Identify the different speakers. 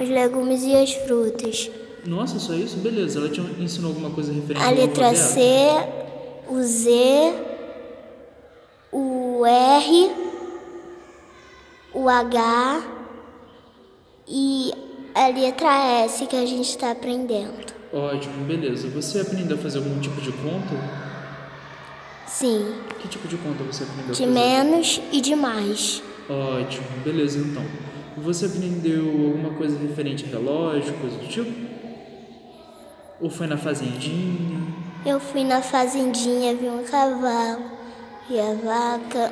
Speaker 1: os legumes e as frutas.
Speaker 2: Nossa, só isso? Beleza. Ela te ensinou alguma coisa referente
Speaker 1: A
Speaker 2: ao
Speaker 1: letra
Speaker 2: alfabeto?
Speaker 1: C, o Z, o R, o H e a letra S que a gente está aprendendo.
Speaker 2: Ótimo, beleza. Você aprendeu a fazer algum tipo de conta?
Speaker 1: Sim,
Speaker 2: Que tipo de conta você aprendeu
Speaker 1: de
Speaker 2: a fazer?
Speaker 1: menos e de mais.
Speaker 2: Ótimo, beleza então. Você aprendeu alguma coisa referente a relógio, coisa do tipo? Ou foi na fazendinha?
Speaker 1: Eu fui na fazendinha, vi um cavalo e a vaca.